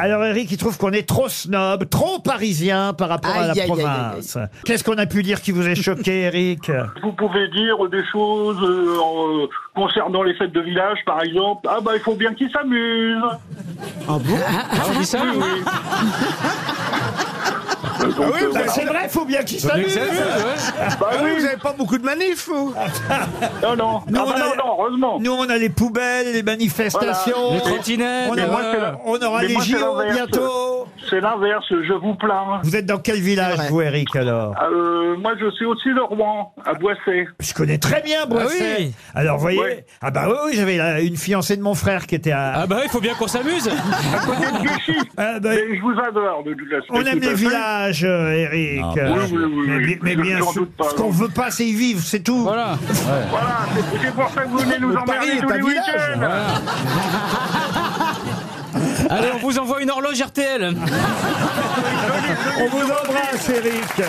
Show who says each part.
Speaker 1: Alors Eric, il trouve qu'on est trop snob, trop parisien par rapport à la
Speaker 2: Aïe, aïe, aïe, aïe, aïe.
Speaker 1: province. Qu'est-ce qu'on a pu dire qui vous ait choqué, Eric
Speaker 3: Vous pouvez dire des choses euh, en, euh, concernant les fêtes de village, par exemple. Ah bah il faut bien qu'ils s'amusent.
Speaker 4: On dit ça, nous
Speaker 3: Euh, donc, euh, voilà.
Speaker 1: Bah, C'est vrai, faut bien qu'il s'amuse.
Speaker 3: Bah oui,
Speaker 5: Vous avez pas beaucoup de manifs, vous
Speaker 3: non, non.
Speaker 1: Nous,
Speaker 3: Ah
Speaker 1: on
Speaker 3: bah
Speaker 1: a-
Speaker 3: non, non, heureusement.
Speaker 1: Nous, on a les poubelles, les manifestations.
Speaker 4: Les trottinettes,
Speaker 1: On
Speaker 4: euh,
Speaker 3: moi, c'est
Speaker 1: aura,
Speaker 3: la-
Speaker 1: on aura
Speaker 3: mais
Speaker 1: les
Speaker 3: moi, c'est
Speaker 1: JO
Speaker 3: l'inverse.
Speaker 1: bientôt.
Speaker 3: C'est l'inverse, je vous plains.
Speaker 1: Vous êtes dans quel village, vous, Eric, alors
Speaker 3: Euh, moi, je suis aussi de Rouen, à Boissé.
Speaker 1: Je connais très bien Boissé.
Speaker 4: oui.
Speaker 1: Alors, vous voyez,
Speaker 3: Ouais.
Speaker 1: ah bah oui, oui, j'avais euh, une fiancée de mon frère qui était à...
Speaker 4: Ah bah il faut bien qu'on s'amuse.
Speaker 3: À côté de Vichy.
Speaker 1: Ah bah,
Speaker 3: Mais je vous adore, de toute façon.
Speaker 1: on aime
Speaker 3: Tout à
Speaker 1: les
Speaker 3: fait.
Speaker 1: villages, euh, Eric. Euh,
Speaker 3: oui, oui, oui,
Speaker 1: mais,
Speaker 3: oui.
Speaker 1: bi- mais
Speaker 3: Je-
Speaker 1: bien
Speaker 3: j'en
Speaker 1: sûr,
Speaker 3: doute pas,
Speaker 1: ce qu'on
Speaker 3: non.
Speaker 1: veut pas, c'est y vivre, c'est tout.
Speaker 4: Voilà.
Speaker 3: Voilà, c'est c'est pour ça que vous venez nous emmerder
Speaker 5: est
Speaker 3: tous
Speaker 5: un
Speaker 3: les
Speaker 5: village.
Speaker 3: week-ends.
Speaker 4: Allez, on vous envoie une horloge RTL.
Speaker 1: On vous embrasse, Eric.